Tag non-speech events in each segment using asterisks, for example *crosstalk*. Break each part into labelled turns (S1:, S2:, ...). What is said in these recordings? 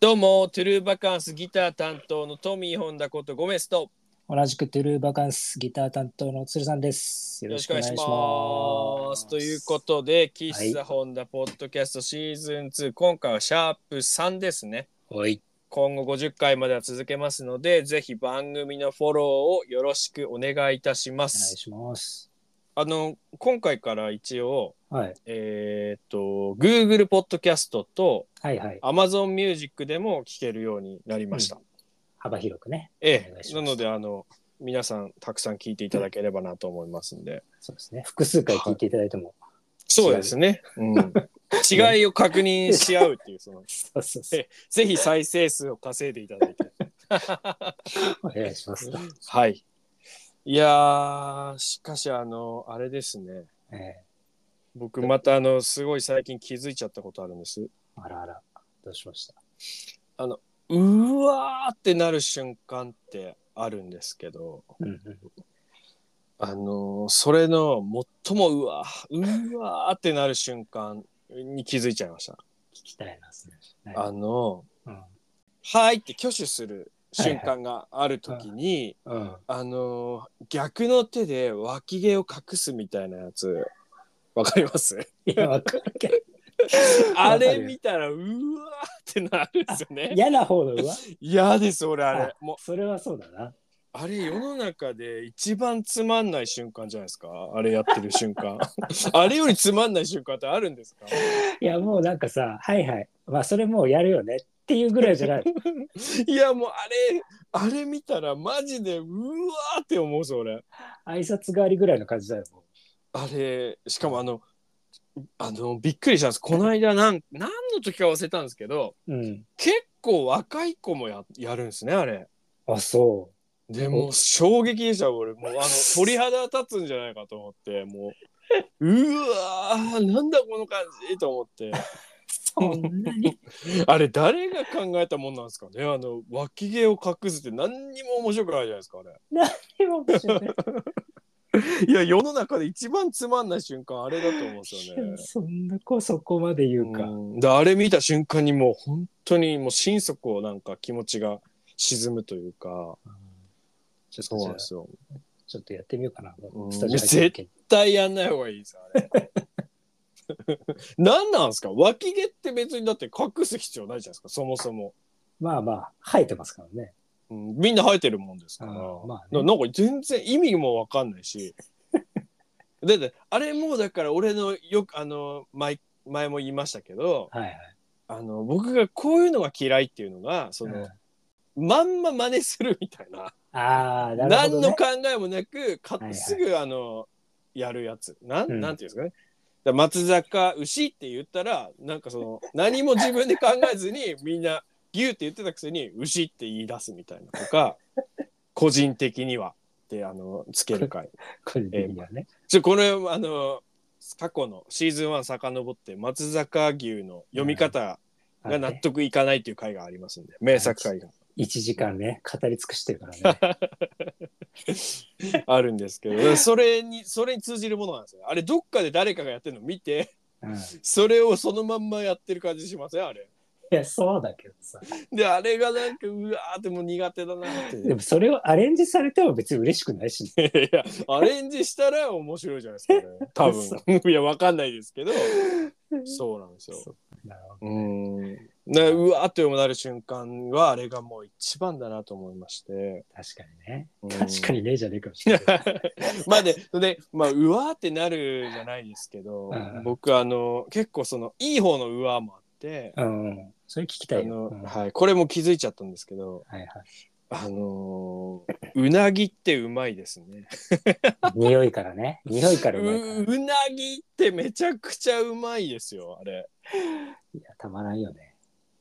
S1: どうも、トゥルーバカンスギター担当のトミー・ホンダことゴメスと、
S2: 同じくトゥルーバカンスギター担当のつるさんです。よ
S1: よ
S2: ろ
S1: ろ
S2: し
S1: し
S2: く
S1: く
S2: お
S1: お
S2: 願
S1: 願い
S2: いし
S1: し
S2: ま。
S1: ますす。ということで、喫
S2: は
S1: 茶ホンダポッドキャストシーズン2、今回はシャープ3ですね。
S2: はい。
S1: 今後50回までは続けますので、ぜひ番組のフォローをよろしくお願いいたしま
S2: お願い
S1: す。
S2: します。
S1: あの、今回から一応、
S2: はい。
S1: えーっと、Google ポッドキャストと
S2: はいはい。
S1: Amazon Music でも聴けるようになりました。
S2: 幅広くね。お
S1: え
S2: 願い
S1: え、
S2: しま
S1: なの
S2: す
S1: で、あの、皆さんたくさん聞いていただければなと思いますんで。
S2: そうですね。複数回聞いていただいても。
S1: そうですね。うん、違いを確認し合うっていう、
S2: *laughs*
S1: その、
S2: そうそうそう。
S1: ぜひ再生数を稼いでいただい
S2: *laughs*
S1: て。
S2: お願いします。
S1: はい。いやー、しかし、あの、あれですね。
S2: ええ
S1: 僕、また、あの、すごい最近気づいちゃったことあるんです。
S2: あらあら。どうしました
S1: うわーってなる瞬間ってあるんですけど、
S2: うんうん。
S1: あの、それの、最もうわー、うわーってなる瞬間に気づいちゃいました。
S2: 聞きたいな、それ。
S1: あの、
S2: うん。
S1: はいって挙手する瞬間があるときに、
S2: うん。
S1: あのー逆の手で脇毛を隠すみたいなやつわかります *laughs*
S2: いや、わかるけど。
S1: あれ見たらうわーってなるんですよね
S2: 嫌な方のうわ。
S1: 嫌です俺あれもう
S2: それはそうだな。
S1: あれ世の中で一番つまんない瞬間じゃないですかあれやってる瞬間 *laughs* あれよりつまんない瞬間ってあるんですか
S2: いや、もうなんかさ、はいはい。まあ、それもうやるよねっていうぐらいじゃない。
S1: いやもうあれあれ見たらマジでうわーって思うぞ俺
S2: 挨拶代わりぐらいの感じだよ。もう
S1: あれしかもあのあのびっくりしたんですこの間なん何の時か忘れたんですけど
S2: うん。
S1: 結構若い子もややるんですねあれ
S2: あ、そ
S1: でもう衝撃でした俺 *laughs* もうあの鳥肌立つんじゃないかと思ってもううわーなんだこの感じと思って
S2: う。そんなに。
S1: あれ誰が考えたもんなんですかねあの脇毛を隠すって何にも面白くないじゃないですかあれいや世の中で一番つまんない瞬間あれだと思うんですよ *laughs* ね
S2: *laughs* そんなこそこまで言うか。
S1: うんであれ見た瞬間にもう本当にもう心底なんか気持ちが沈むというか
S2: ちょっ
S1: そ
S2: と
S1: う
S2: じ
S1: な
S2: ゃ
S1: ん
S2: あ
S1: ですよ
S2: ちょっとやってみようかな。
S1: うん
S2: スタジオ入って
S1: 絶
S2: る
S1: 対やんない方がいいですあれ *laughs* 何なんですか脇毛って別にだって隠す必要ないじゃないですかそもそも、
S2: まあまあ、生えてますからね。
S1: うん、みんな生えてるもんですから、
S2: うんまあ
S1: な
S2: ね
S1: なんか全然意味もわかんないし *laughs* だってあれもうだから俺のよくあの前前も言いましたけど
S2: はいはい。
S1: あの僕がこういうのが嫌いっていうのがその、
S2: うん
S1: まんま真似するみたいな
S2: ああ、なるほ
S1: 何
S2: ど、
S1: の
S2: ね。
S1: 考えもなくか
S2: はいはい
S1: すぐあのやるやつなん,、
S2: うん
S1: なんていうんですかねだから松坂牛って言ったらなんかその何も自分で考えずに *laughs* みんな牛って言ってたくせに牛って言い出すみたいなとか個人的にはってあのつける回
S2: 個人的にはね。
S1: ちょこれあの過去のシーズン1遡って松坂牛の読み方が納得いかないっていう回がありますんで、名作回が
S2: 1時間ね、語り尽くしてるから
S1: *laughs*
S2: ね。
S1: あるんですけどそれにそれに通じるものなんですよあれどっかで誰かがやってるの見て
S2: うん、い
S1: それをそのまんまやってる感じしませんあれ
S2: や、そうだけどさ。
S1: であれがなんかうわーってもう苦手だなっ
S2: でもそれをアレンジされても別に嬉しくないし、ね、 *laughs*
S1: ていやアレンジしたら面白いじゃないですか、ね、 *laughs* 多分いやわかんないですけどそうなんですよ
S2: そうなるほど
S1: うんなうわーってなる瞬間はあれがもう一番だなと思いまして
S2: 確かにね。
S1: うん
S2: 確かにねえじゃねえかもしれない。
S1: *laughs* まあでで、まあ、うわーってなるじゃないですけど
S2: うん
S1: 僕あの結構そのいい方のうわーもあって、
S2: うん。それ聞きた
S1: あ
S2: い
S1: の
S2: よ。うんはい
S1: はい、これも気づいちゃったんですけど
S2: はい。
S1: あのーうなぎってうまいですね
S2: 匂いから *laughs* ね。匂いからうまいから
S1: ううなぎってめちゃくちゃうまいですよあれ
S2: いや、たまらんよね。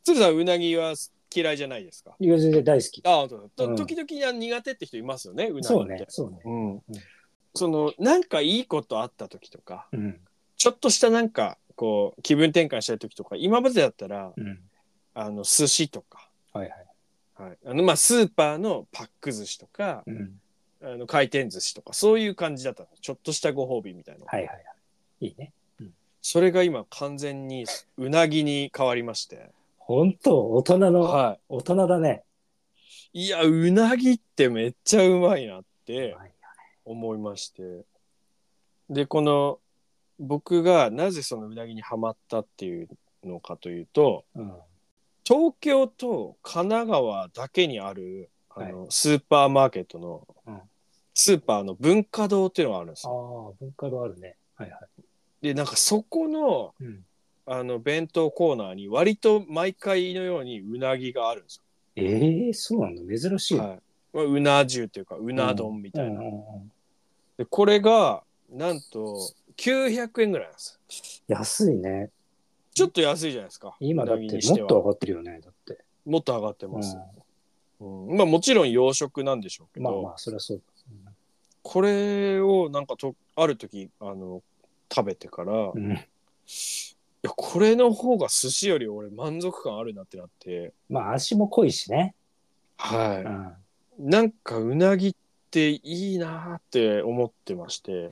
S1: 鶴さんうなぎは嫌いじゃないですか
S2: いや全然大好き。
S1: あ本当だと、
S2: うん
S1: 時々苦手って人いますよねうなぎって
S2: そうね、そうね。
S1: うんそのなんかいいことあった時とか
S2: うん。
S1: ちょっとしたなんかこう気分転換したい時とか今までだったら
S2: うん。
S1: あの寿司とか、
S2: はいはい。
S1: はいあのまあ、スーパーのパック寿司とか
S2: うん。
S1: あの回転寿司とかそういう感じだったのちょっとしたご褒美みたいな、
S2: はいはいはい。いいね。
S1: それが今完全にうなぎに変わりまして
S2: 本当大人の、
S1: は
S2: 大人だね。
S1: い。いや、うなぎってめっちゃうまいなって
S2: うまいよね
S1: 思いまして。で、この、僕がなぜそのうなぎにハマったっていうのかというと、
S2: うん。
S1: 東京と神奈川だけにあるあの、スーパーマーケットの、
S2: うん
S1: スーパーの文化堂っていうのがあるんです
S2: あ
S1: よ。
S2: あ、文化堂あるね。はいは
S1: でなんかそこの
S2: い。うん、
S1: あの弁当コーナーに割と毎回のようにうなぎがあるんです
S2: ええそうなんだ。珍しい
S1: よ。
S2: ね。
S1: はいまあ、うな重というかうな丼みたいな。
S2: うんうんうん
S1: でこれがなんと900円ぐらいなんですよ。
S2: 安いね。
S1: ちょっと安いじゃないですか。
S2: 今だっ
S1: うなぎ
S2: て
S1: にし
S2: も
S1: て
S2: っ
S1: は
S2: と上がってるよね。だって。
S1: もっと上がって
S2: う
S1: ます。
S2: ん、
S1: うんまあもちろん養殖なんでしょうけど。
S2: まあまあ、それはそうだ。
S1: これをなんかとある時あの食べてから、い
S2: うん、
S1: やこれの方が寿司より俺満足感あるなってなって、
S2: まあ、足も濃いしね。う
S1: は
S2: ん。
S1: い、なんかうなぎっていいなーって思ってまして、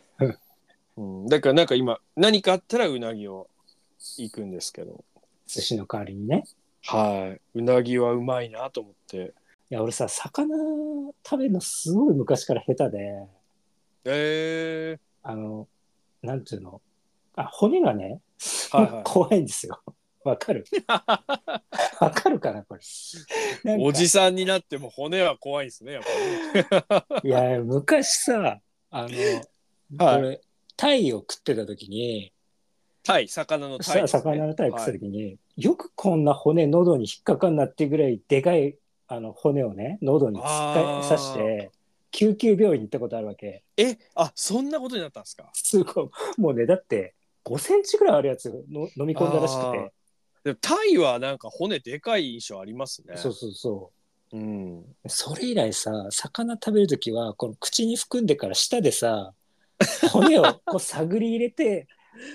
S1: うん、だからなんか今何かあったらうなぎを行くんですけど、
S2: 寿司の代わりにね。
S1: はい、うなぎはうまいなと思って
S2: いや、俺さ、魚食べるのすごい昔から下手で、
S1: え
S2: あの、なんていうの、あ、骨がね、
S1: ー、はいはい
S2: *laughs* 怖いんですよ。わかるわかるかな、これ。なん
S1: *laughs*
S2: か
S1: おじさんになっても骨は怖いですねやっぱりね
S2: いや、昔さ、あの、
S1: はい
S2: 俺、タイを食ってた時に、
S1: タイ魚のタイ
S2: さ
S1: ですね、
S2: 魚のタイ食って
S1: は
S2: た時に、よくこんな骨喉に引っかかんなってぐらいでかいあの骨をね喉に突っ
S1: あ
S2: か
S1: ー
S2: 刺して救急病院に行ったことあるわけ
S1: いえあそんなことになったんですか
S2: すごいもうねだって5センチぐらいあるやつの飲み込んだらしくて、
S1: でもタイはなんか骨でかい印象ありますね。
S2: そうそうそ
S1: うん。
S2: うそれ以来さ魚食べる時はこの口に含んでから舌でさ骨をこう探り入れて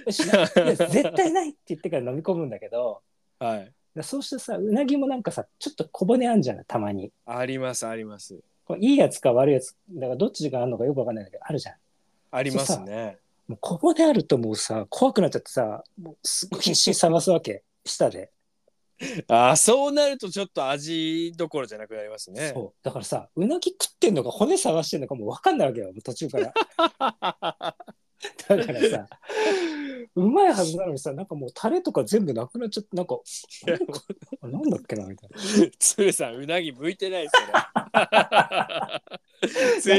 S2: よしいや絶対ないって言ってから飲み込むんだけど
S1: はい。
S2: そうしてさうなぎもなんかさちょっと小骨あんじゃないたまに。
S1: ありますあります。
S2: こういいやつか悪いやつだからどっちがあるのかよくわかんないんだけどあるじゃん
S1: ありますね。
S2: もうここであるともうさ怖くなっちゃってさもうすごい必死に探すわけ舌で、
S1: あそうなるとちょっと味どころじゃなくなりますね。 *laughs*
S2: そうだからさうなぎ食ってんのか骨探してんのかもうわかんないわけよもう途中から
S1: *laughs*
S2: だからさうまいはずなのにさなんかもうタレとか全部なくなっちゃってなん
S1: *laughs* い
S2: か
S1: や
S2: あなんだっけなみたいな
S1: 鶴さんうなぎ向いてないですよね。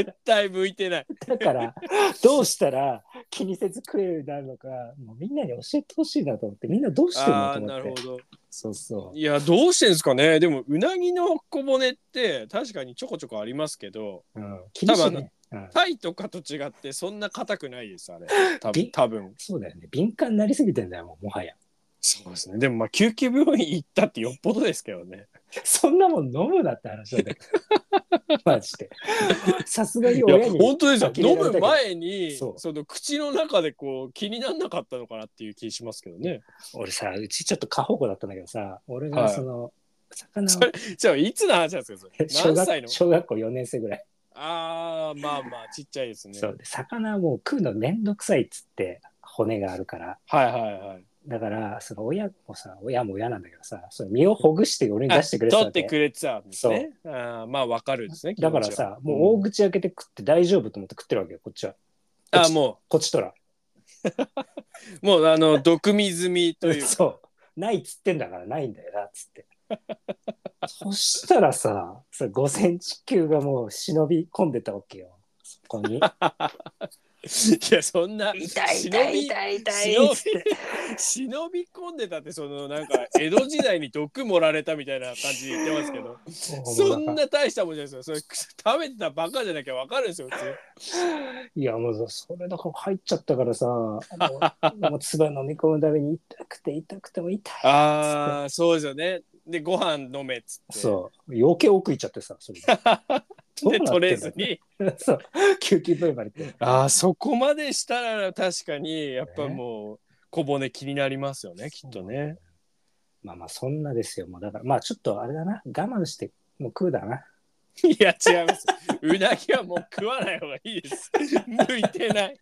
S1: 絶 *laughs* 対向いて
S2: *laughs*
S1: ない。
S2: だからどうしたら気にせず食えるようになるのかもうみんなに教えてほしいなと思ってみんなどうしてるの
S1: あ
S2: と
S1: あな
S2: 思
S1: る
S2: っ
S1: ほ
S2: て
S1: ど。
S2: そうそう
S1: いやどうしてんですかね。でもうなぎの小骨って確かにちょこちょこありますけど、
S2: うん、気にし
S1: 多
S2: て
S1: 分
S2: ね、うん
S1: タイとかと違ってそんな硬くないですあれ。多
S2: び
S1: 分多分。
S2: そうだよね。敏感になりすぎてんだよ、もうもはや。
S1: そうですね。でもまあ救急病院行ったってよっぽどですけどね。
S2: そんなもん飲むなって話なん
S1: *laughs*
S2: だけど。マジで。さすが
S1: い
S2: に
S1: や
S2: *laughs* 親に。
S1: 本当ですよ。
S2: 呆れ
S1: 飲
S2: られた
S1: む
S2: けど
S1: 前に
S2: そ
S1: そうの口の中でこう気にならなかったのかなっていう気しますけどね。
S2: 俺さ、うちちょっと過保護だったんだけどさ、俺
S1: は
S2: が
S1: い
S2: その、魚を
S1: それじゃあいつの話なんですかそ
S2: *laughs* 小
S1: れ。何歳
S2: 学
S1: の？
S2: 小学校4年生ぐらい。
S1: ああまあまあちっちゃいですね。
S2: そうで魚はもう食うのめんどくさいっつって、骨があるから。
S1: はいはいはい。
S2: だから、その親もさ、親も親なんだけどさ、その身をほぐして俺に出してくれてた
S1: 取
S2: わ
S1: って
S2: け
S1: くれてたんですね。あーまあわかるですね。
S2: だから
S1: 気持ちは
S2: さ、もう大口開けて食って大丈夫と思って食ってるわけよ、こっちは。
S1: うんあーも
S2: こっちとら。
S1: うもうあの毒味済みというか。
S2: *laughs* そう。ないっつってんだからないんだよな、っつって。 *laughs* そしたらさ、そ5センチ級がもう忍び込んでたわけよ。そこに。
S1: いやそんな
S2: 痛い
S1: 忍
S2: 痛い
S1: び
S2: 痛い痛い
S1: 忍び
S2: っつって。
S1: 忍び込んでたってそのなん
S2: *laughs*
S1: か江戸時代に毒盛られたみたいな感じで言ってますけどそんな大したもんじゃないですよそれ食べてたばっかじゃなきゃ分かるんですよ普通
S2: いや、もうそれだから入っちゃったからさ、もうもう唾飲み込むために痛くて痛くても痛い。
S1: ああそうですよねでご飯飲めっつって
S2: そう。余計奥行っちゃってさ、それでどうなって
S1: で
S2: んだ
S1: 取れずに
S2: *laughs* そう。救急病院まで行って。
S1: ああそこまでしたら確かにやっぱもう小骨気になりますよねきっとね
S2: まあまあ、そんなですよ。もうだから、まあちょっとあれだな。我慢して、もう食うだな。
S1: いや違います *laughs*
S2: *laughs*
S1: うなぎはもう食わない方がいいです向いてない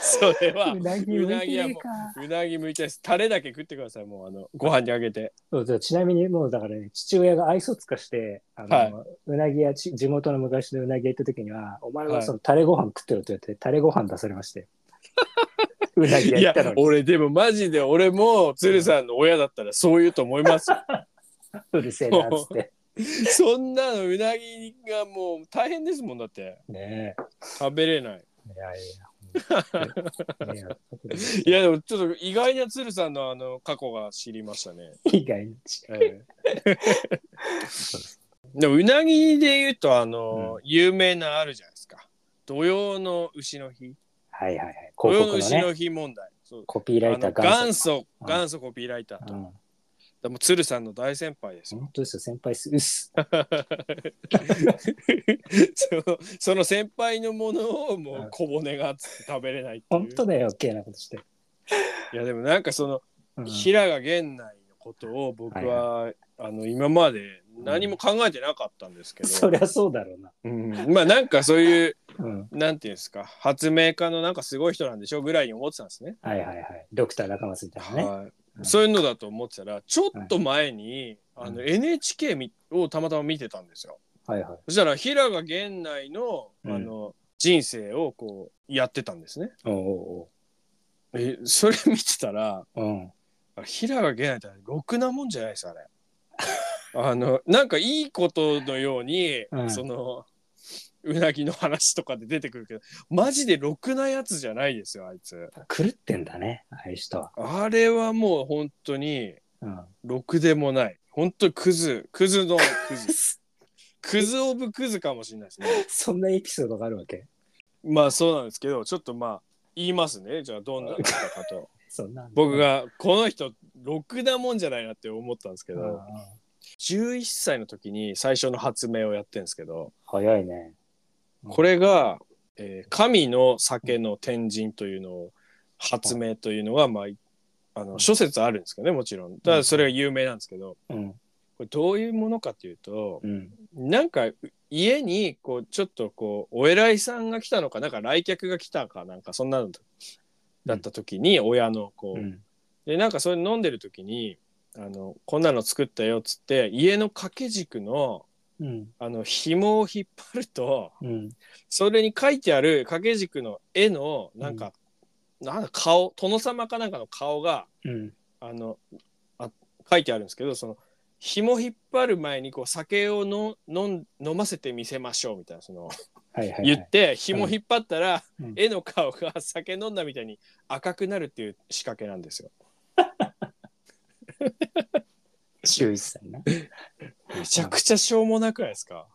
S1: それは
S2: うなぎ
S1: う
S2: 向
S1: ないぎ
S2: て
S1: は
S2: る
S1: も
S2: か。
S1: うなぎ向いてですタレだけ食ってくださいもうあのご飯にあげて
S2: そうそうちなみにもうだからね、父親が愛想つかして、あの、
S1: はいう
S2: なぎ屋ち、地元の昔のうなぎ屋行った時には、お前
S1: は
S2: はいそのタレご飯食ってろって言って、タレご飯出されま *laughs* して。うなぎ屋
S1: い
S2: 行っ
S1: や
S2: たのに。
S1: 俺でもマジで俺も鶴さんの親だったらそう言うと思いますよ
S2: *laughs* うるせえな、っつって。
S1: そんなのうなぎがもう大変ですもんだって
S2: ね
S1: 食べれない
S2: え。いやいや *laughs* ほんとに。いや特に
S1: いやでもちょっと意外な鶴さんのあの過去が知りましたね、
S2: 以外に。
S1: ええでもうなぎで言うとあの、有名なあるじゃないですか土曜の牛の日
S2: はいはいはい。
S1: 土曜
S2: 広
S1: の
S2: 告の
S1: 牛
S2: ね、
S1: の日問題そう
S2: コピーライ
S1: あ
S2: タ
S1: の
S2: ー元
S1: 元
S2: 祖。
S1: 祖
S2: うん
S1: 元祖コピーライターと、
S2: うん
S1: でも鶴さんの大先輩ですよ
S2: 本当ですよ、先輩っす。うっす。
S1: *laughs* そのその先輩のものをも
S2: う
S1: うん小骨がつって食べれないっていう
S2: 本当だよ、余計なことして。
S1: いやでもなんかその、
S2: うん
S1: 平賀源内のことを僕は、あの今まで何も考えてなかったんですけど、
S2: そりゃそうだろうな。
S1: うんまあなんかそういう
S2: うん。
S1: なんていうんですか発明家のなんかすごい人なんでしょぐらいに思ってたんですね。
S2: はいはいはい。ドクター中松みたいなね。
S1: はい
S2: うん
S1: そういうのだと思ってたらちょっと前に、
S2: はい
S1: あの
S2: う
S1: NHK みをたまたま見てたんですよ。
S2: はいはい。
S1: そしたら平賀源内の
S2: うん
S1: あの、人生をこうやってたんですね。
S2: おうお
S1: えそれ見てたら
S2: うおう。うん。
S1: あ平賀源内ってろくなもんじゃないです *laughs* あれ。あのなんかいいことのように、
S2: うん
S1: そのうなぎの話とかで出てくるけどマジでろくなやつじゃないですよあいつ。
S2: 狂ってんだね、ああいう人は。
S1: あれはもう本当に
S2: うん。 *laughs*
S1: ろくでもない本当にクズクズのク *laughs* ズクズオブクズかもしれないですね。
S2: そんなエピソードがあるわけ
S1: まあそうなんですけどちょっとまあ言いますねじゃあどんな人か *laughs* と
S2: そんなん
S1: 僕。がこの人ろくなもんじゃないなって思ったんですけ
S2: うんうん
S1: ど11歳の時に最初の発明をやってるんですけど
S2: 早いね。
S1: これが、えー神の酒の天神というのを発明というのがまあいあの諸説あるんですけどねもちろんただそれが有名なんですけど
S2: うん。
S1: これどういうものかというと
S2: うん。
S1: なんか家にこうちょっとこうお偉いさんが来たのかなんか来客が来たかなんかそんなのだった時に親のこう、
S2: うん。
S1: でなんかそれ飲んでる時にあのこんなの作ったよっつって家の掛け軸の
S2: うん。
S1: あの紐を引っ張ると *laughs*
S2: うん。
S1: それに書いてある掛け軸の絵のなんか、なんか顔殿様かなんかの顔が
S2: うん。
S1: あのあ書いてあるんですけどその紐引っ張る前にこう酒をの飲ん飲ませてみせましょうみたいなその
S2: はいはいは
S1: 言
S2: い
S1: っ。て紐引っ張ったら、
S2: うん
S1: 絵の顔が酒飲んだみたいに赤くなるっていう仕掛けなんですよ。
S2: 11歳な。
S1: めちゃくちゃしょうもなくないですか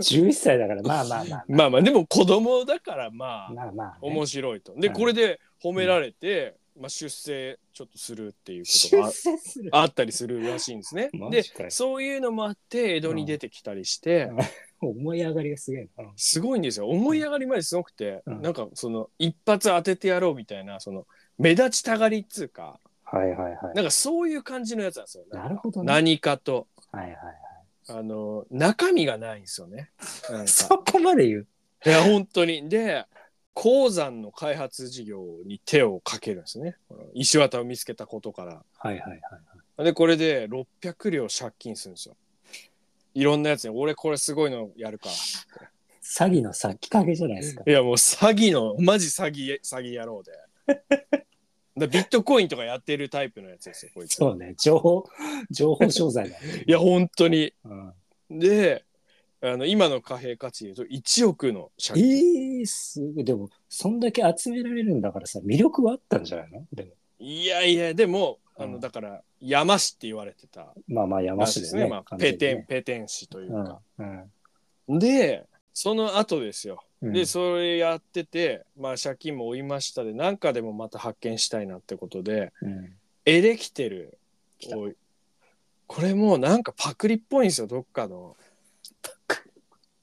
S2: 11歳だから、まあまあまあ。
S1: まあまあでも子供だからまあ
S2: まあまあね。
S1: 面白いと。で
S2: はい
S1: これで褒められて、まあ、出世ちょっとするっていうこと
S2: 出
S1: があ
S2: 世する。
S1: あったりするらしいんですね
S2: マ。
S1: で
S2: ジかよ
S1: そういうのもあって江戸に出てきたりして。
S2: うん思い上がりがすげえな。
S1: すごいんですよ思い上がりまですごくて、
S2: うん
S1: なんかその一発当ててやろうみたいなその目立ちたがりっつうか
S2: はいはいはい。
S1: なんかそういう感じのやつなんですよ、
S2: なるほどね。
S1: 何かと
S2: はいはいはい。
S1: あの中身がないんですよねなん
S2: *laughs* そ
S1: か
S2: こまで言う。
S1: いや本当にで鉱山の開発事業に手をかけるんですねこの石綿を見つけたことか
S2: はいはいはい。
S1: らでこれで600両借金するんですよいろんなやつに俺これすごいのやるから
S2: 詐欺の先駆けじゃないですか。
S1: いやもう詐欺のマジ詐欺詐欺野郎で *laughs* だビットコインとかやってるタイプのやつですよこいつ
S2: そうね。情報、情報商材だね。
S1: いや本当に
S2: うん
S1: であの今の貨幣価値で言うと1億の借金
S2: ええすごい。でも、そんだけ集められるんだからさ、魅力はあったんじゃないのでも、
S1: いやいやでもあの、
S2: うん
S1: だから山師って言われてた
S2: まあまあ、山
S1: 話
S2: 市
S1: で
S2: ですす
S1: ね
S2: ね。
S1: まあ、
S2: 完
S1: ペ
S2: 全に
S1: テン
S2: ね
S1: ペテン師というか、
S2: うんうん
S1: でその後ですよ、
S2: うん
S1: でそれやってて、まあ、借金も負いましたで何かでもまた発見したいなってことで、
S2: うん
S1: エレキテルをこれもうなんかパクリっぽいんですよどっかの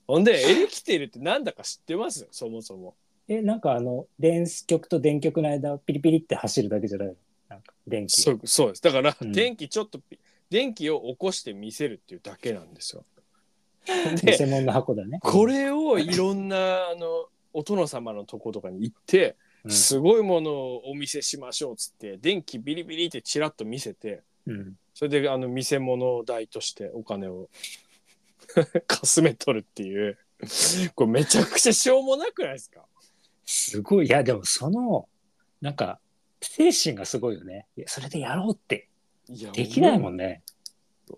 S1: ほん
S2: *laughs*
S1: でエレキテルってなんだか知ってますそもそも
S2: え、なんかあの、電子局と電極の間、ピリピリって走るだけじゃないのなんか、電気。
S1: そうそうですだから、
S2: うん
S1: 電気ちょっとピ電気を起こして見せるっていうだけなんですよで
S2: 偽物の箱だね。
S1: これをいろんなあのお殿様のとことかに行って
S2: うん
S1: すごいものをお見せしましょうっつって電気ビリビリってチラッと見せて
S2: うん、
S1: それであの見せ物代としてお金を *laughs* かすめ取るっていうこれめちゃくちゃしょうもなくないですか
S2: すごいいやでもそのなんか精神がすごいよねいやそれでやろうって
S1: いや
S2: できないもんね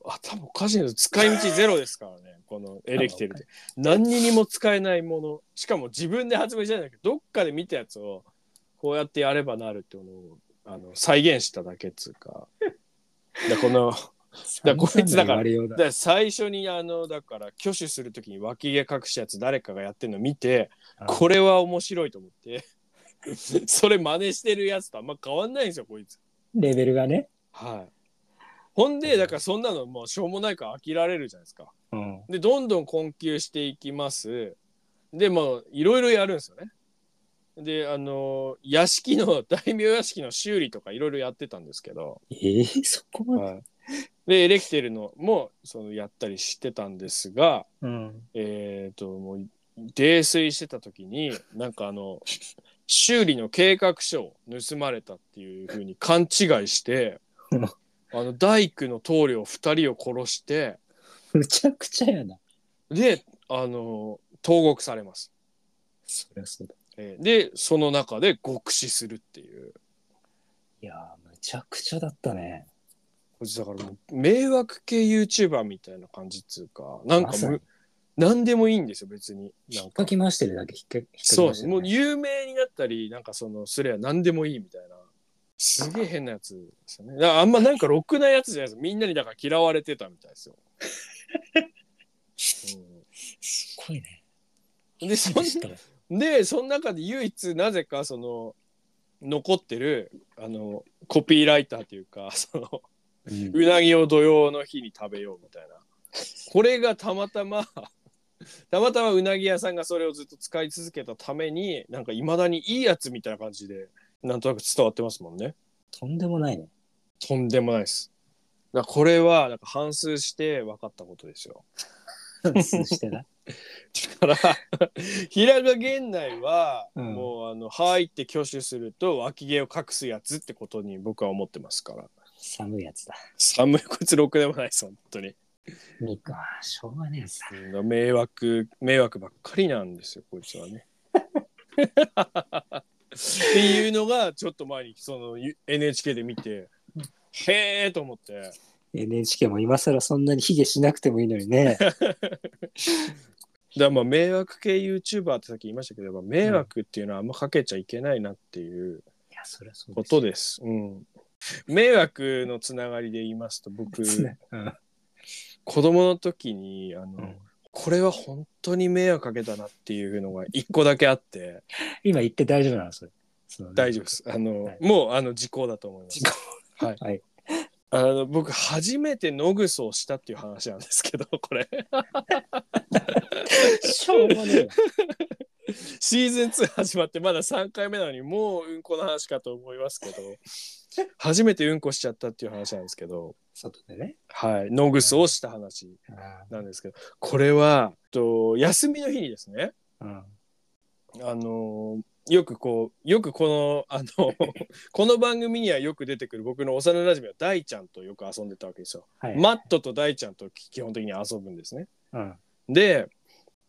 S1: 頭おかしいです使い道ゼロですからねこのエレキテルって何にも使えないものしかも自分で発明じゃなくてどっかで見たやつをこうやってやればなるっていうのをあの再現しただけっつうかだからこのだからこいつだから
S2: 散々な言われようだ
S1: だから最初にあのだから挙手する時に脇毛隠したやつ誰かがやってるの見て
S2: うん
S1: これは面白いと思って *laughs* それ真似してるやつとあんま変わんないんですよこいつ。
S2: レベルがね、
S1: はいほんでだからそんなのもうしょうもないから飽きられるじゃないですか。
S2: うん、
S1: でどんどん困窮していきますでもいろいろやるんですよねであの屋敷の大名屋敷の修理とかいろいろやってたんですけど、
S2: えー、そこまで、
S1: でエレキテルのもそのやったりしてたんですが
S2: うん、
S1: えっ、ともう泥酔してた時になんかあの修理の計画書を盗まれたっていうふうに勘違い
S2: *laughs*
S1: して
S2: うん
S1: あの大工の棟梁2人を殺して
S2: *laughs* むちゃくちゃやな
S1: であの投獄されます。
S2: そりゃそうだ
S1: えーでその中で極死するっていう
S2: いやーむちゃくちゃだったね
S1: こいつだからもう迷惑系 YouTuber みたいな感じっつうかなんか
S2: まさ
S1: む
S2: に
S1: 何でもいいんですよ別にな
S2: 引
S1: ん
S2: っか
S1: か
S2: き回してるだけ引っか引っかき
S1: そう
S2: 回
S1: で
S2: し
S1: す
S2: て
S1: もう
S2: るね、
S1: 有名になったりなんかそのすりゃ何でもいいみたいなすげえ変なやつですよねだからあんまなんかろくなやつじゃないですみんなにだから嫌われてたみたいですよ、
S2: すごいね
S1: うん、でそんでその中で唯一なぜかその残ってるあのコピーライターというか *laughs* その
S2: うん
S1: うなぎを土曜の日に食べようみたいなこれがたまたま *laughs* たまたまうなぎ屋さんがそれをずっと使い続けたためになんかいまだにいいやつみたいな感じでなんとなく伝わってますもんね
S2: とんでもないね
S1: とんでもないですだからこれはなんか反数して分かったことですよ
S2: 数してな
S1: だから *laughs* 平賀源内は、
S2: うん
S1: もうあの「はい」って挙手すると脇毛を隠すやつってことに僕は思ってますから
S2: *laughs* 寒いやつだ
S1: 寒いこいつろくでもないです本当に
S2: 肉はしょうがねえやつだ
S1: うん迷惑迷惑ばっかりなんですよこいつはね。っていうのがちょっと前にその NHK で見てへえと思って
S2: NHK も今更そんなに卑下しなくてもいいのに
S1: *laughs*
S2: ね
S1: だからまあ迷惑系 YouTuber ってさっき言いましたけどやっぱ迷惑っていうのはあんまかけちゃいけないなっていう
S2: いやそりゃそう
S1: こ
S2: です
S1: とです。うん、迷惑のつながりで言いますと僕
S2: うん
S1: 子供の時にあの、
S2: うん
S1: これは本当に迷惑かけたなっていうのが一個だけあって。
S2: 今言って大丈夫なのそれその
S1: 大丈夫です。あの、
S2: はい
S1: もうあの時効だと思います
S2: 時。効
S1: はい。
S2: はい
S1: あの僕初めてノグソをしたっていう話なんですけど、これ
S2: しょうがねえよ
S1: シー *laughs* ズン2始まってまだ3回目なのにもううんこの話かと思いますけど、初めてうんこしちゃったっていう話なんですけど、
S2: 外でね
S1: はい、ノグソをした話
S2: あ
S1: なんですけど、これはと休みの日にですね、
S2: ーうん
S1: あのよくこうよくこのあの *laughs* この番組にはよく出てくる僕の幼なじみは大ちゃんとよく遊んでたわけですよ。
S2: はい
S1: マットと大ちゃんと基本的に遊ぶんですね。
S2: うん
S1: で、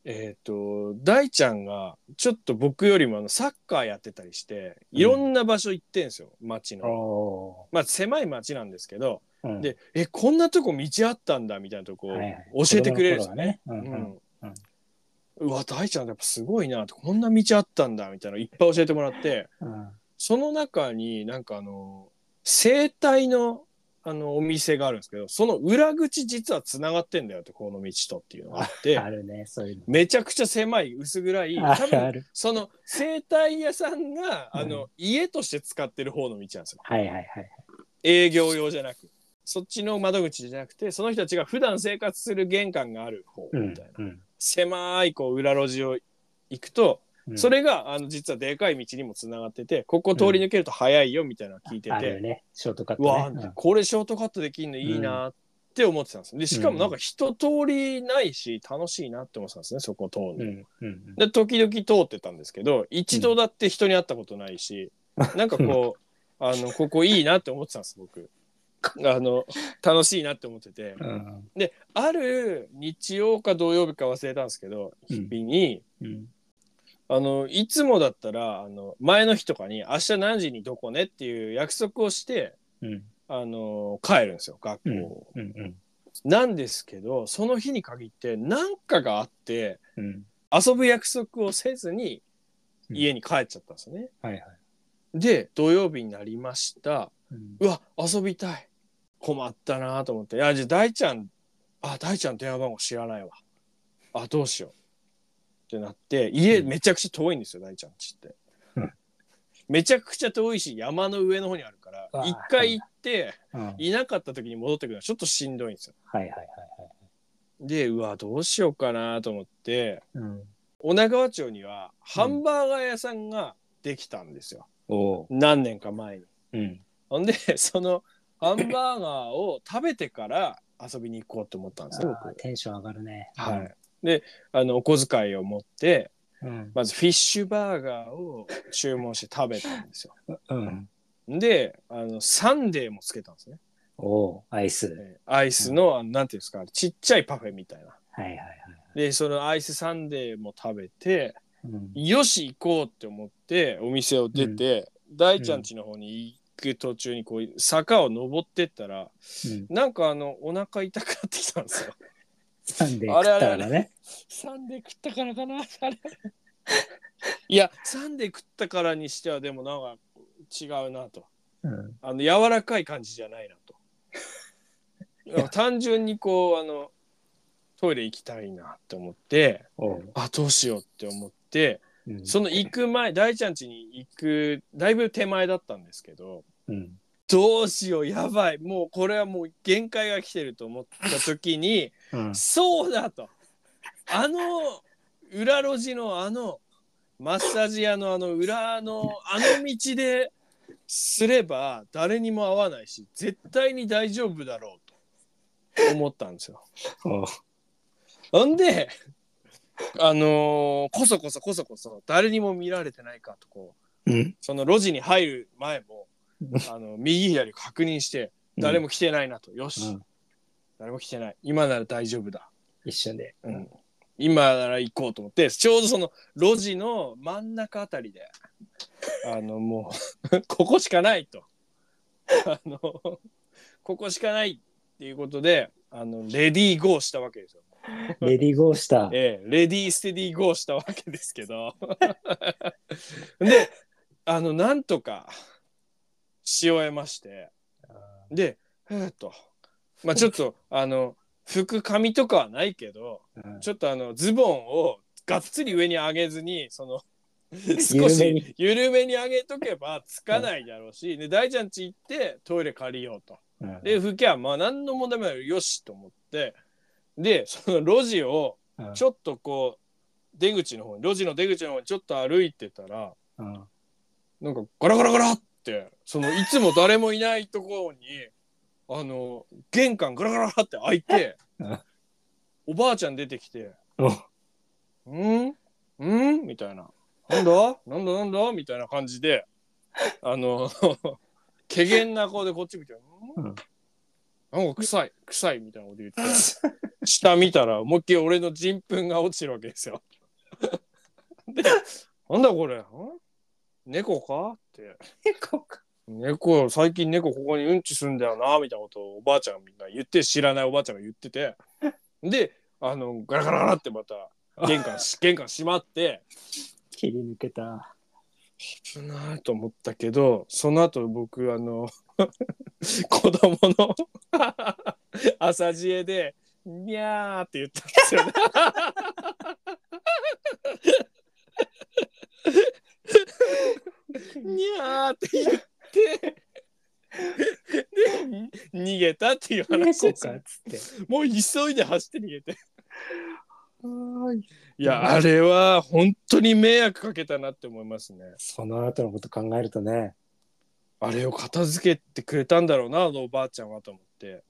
S1: えっ、と、大ちゃんがちょっと僕よりもあのサッカーやってたりして、いろんな場所行ってんですよ、街の。
S2: お
S1: まあ狭い街なんですけど、
S2: ーうん
S1: で、え、こんなとこ道あったんだみたいなとこ
S2: はいはい
S1: 教えてくれるんですよね。
S2: 子供の頃はねうんうんうん
S1: うんうわ、大ちゃんやっぱすごいなって、こんな道あったんだみたいなのいっぱい教えてもらって、
S2: うん
S1: その中になんかあの生体のあのお店があるんですけどその裏口実はつながってんだよってこの道とっていうのがあって
S2: あるねそういうの
S1: めちゃくちゃ狭い薄暗い
S2: あ
S1: 多
S2: るあ
S1: 分
S2: る
S1: その生体屋さんがあ
S2: う
S1: の家として使ってる方の道なんですよ
S2: はいはいはい
S1: 営業用じゃなくそっちの窓口じゃなくてその人たちが普段生活する玄関がある方
S2: うん
S1: みたいな
S2: うん
S1: 狭いこう裏路地を行くと
S2: うん
S1: それがあの実はでかい道にもつながっててここ通り抜けると早いよみたいなの聞いて
S2: あ
S1: て
S2: るよねショートカッ
S1: うわあ、
S2: トね
S1: これショートカットできんのいいなっって思ってたんです。で、しかもなんか一通りないし、楽しいなって思ってたんですね、そこを通るの。
S2: うんうん
S1: で、時々通ってたんですけど、一度だって人に会ったことないし、なんかこ
S2: *laughs*
S1: う、あの、ここいいなって思ってたんです、僕。あの、楽しいなって思ってて。
S2: うん
S1: で、ある日曜か土曜日か忘れたんですけど、
S2: うん
S1: 日に、
S2: うん
S1: あの、いつもだったら、あの、前の日とかに、明日何時にどこねっていう約束をして、
S2: うん
S1: あの、帰るんですよ、学校を。
S2: うん
S1: なんですけどその日に限って何かがあって
S2: うん
S1: 遊ぶ約束をせずに
S2: うん
S1: 家に帰っちゃったんですよね。
S2: はいはい
S1: で土曜日になりました
S2: うん
S1: うわ遊びたい困ったなと思って「いやじゃあ大ちゃんあ大ちゃん電話番号知らないわあどうしよう」ってなって家
S2: うん
S1: めちゃくちゃ遠いんですよ大ちゃんちって
S2: うん。
S1: めちゃくちゃ遠いし山の上の方にあるから
S2: あー
S1: 一回行って
S2: うんはい
S1: いなかった時に戻ってくるのはちょっとしんどいんですよ。
S2: はいはいはい
S1: でうわどうしようかなと思って
S2: うん
S1: 女川町にはハンバーガー屋さんができたんですよ、
S2: おう
S1: 何年か前に。
S2: うん
S1: ほんで *laughs* そのハンバーガーを食べてから遊びに行こうと思ったんですよ。
S2: あーテンション上がるね
S1: 僕はい、であのお小遣いを持って
S2: うん
S1: まずフィッシュバーガーを注文して食べたんですよ。
S2: うん
S1: であのサンデーもつけたんですね。
S2: おうアイス
S1: えアイスのあのなんていうんですかちっちゃいパフェみたいな。
S2: はいはいはい
S1: でそのアイスサンデーも食べて
S2: うん
S1: よし行こうって思ってお店を出て、大ちゃん家の方に行く途中にこう坂を登ってったら
S2: うん
S1: なんかあのお腹痛くなってきたんですよ。
S2: サンデー食ったか
S1: あれ
S2: ら
S1: あ
S2: ね
S1: サンデー食ったからかなあれいやサンデー食ったからにしてはでもなんか違うなと
S2: うん
S1: あの柔らかい感じじゃないなと。なんか単純にこうあのトイレ行きたいなって思って
S2: おう
S1: あどうしようって思って。
S2: うん
S1: その行く前大ちゃん家に行くだいぶ手前だったんですけど
S2: うん
S1: どうしようやばいもうこれはもう限界が来てると思った時に
S2: うん
S1: そうだとあの裏路地のあのマッサージ屋のあの裏のあの道ですれば誰にも会わないし絶対に大丈夫だろうと思ったんですよ。
S2: おう
S1: ほんで、あのーこそこそこそこそ誰にも見られてないかとこう
S2: うん
S1: その路地に入る前も
S2: うん
S1: あの右左確認して誰も来てないなと、よし、
S2: うん
S1: 誰も来てない今なら大丈夫だ、
S2: 一緒で
S1: うん今なら行こうと思ってちょうどその路地の真ん中あたりであのもう *laughs* ここしかないとあのここしかないっていうことであのレディーゴーしたわけですよ。
S2: レディーゴーした
S1: ええ、レディーステディーゴーしたわけですけど *laughs* であのなんとかし終えましてでえーっとまあちょっとあの服髪とかはないけど
S2: うん
S1: ちょっとあのズボンをがっつり上に上げずにそ
S2: *laughs*
S1: の少
S2: 緩めに
S1: し緩めに上げとけばつかないだろうし、で大ちゃん家行ってトイレ借りようと。
S2: うん
S1: で拭きはまあ何の問題もないよしと思ってでその路地を
S2: うん
S1: ちょっとこう出口の方に路地の出口の方にちょっと歩いてたら
S2: うん
S1: なんかガラガラガラってそのいつも誰もいないところにあの玄関ガラガラガラって開いて
S2: うん
S1: おばあちゃん出てきて
S2: お
S1: 「うんうん?」みたいな「なんだなんだなんだ?」みたいな感じであの *laughs* けげんな顔でこっち見て「う
S2: うん
S1: ん?」なんか臭い臭いみたいなこと言って下見たら思いっきり俺の人糞が落ちてるわけですよ。で「なんだこれん猫か?」って
S2: 猫か
S1: 「猫最近猫ここにうんちすんだよな」みたいなことをおばあちゃんみんな言って知らないおばあちゃんが言っててであのガラガラガラってまた玄関し玄関閉まって
S2: 切り抜けた
S1: 危ないと思ったけどその後僕あの *laughs* 子供の *laughs* 朝知恵で「にゃー」って言ったんです *laughs* よね。にゃーって言って、で、逃げたっていう話
S2: 猫
S1: です
S2: かっ
S1: よ。
S2: つって
S1: もう急いで走って逃げて。
S2: はい
S1: いや、あれは本当に迷惑かけたなって思いますね。
S2: その後のこと考えるとね
S1: あれを片付けてくれたんだろうな、あのおばあちゃんはと思って。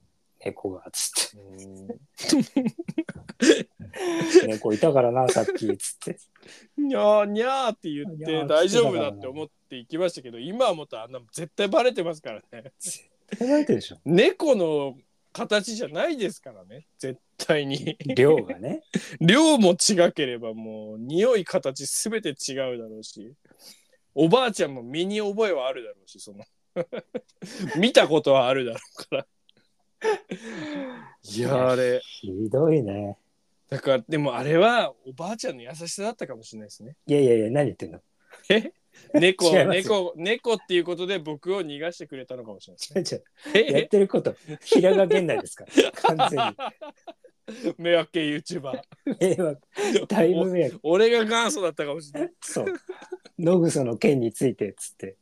S2: 猫が、つっ
S1: うん
S2: *laughs* て。猫いたからな、さっき、つって。
S1: にゃーにゃーって言っ
S2: にゃ
S1: て
S2: ー
S1: 大丈夫だって思って行きましたけど今はもっとあんな絶対バレてますからね
S2: えられてるでしょ。
S1: 猫の形じゃないですからね絶対に
S2: 量がね。
S1: 量も違ければもう匂い形すべて違うだろうしおばあちゃんも身に覚えはあるだろうしその *laughs* 見たことはあるだろうからいやーあれ
S2: ひどいね。
S1: だからでもあれはおばあちゃんの優しさだったかもしれないですね
S2: いやいやいや、何言ってんの
S1: 猫
S2: 違います
S1: 猫猫っていうことで僕を逃がしてくれたのかもしれない
S2: ちょちょ
S1: です
S2: *laughs* やっ
S1: ね。
S2: てること、平賀源内です *laughs* から。完全に。
S1: え *laughs* 迷惑系 YouTuber。
S2: 迷惑だいぶ迷惑
S1: 俺が元祖だったかもしれない。
S2: そう野草の件についてっつって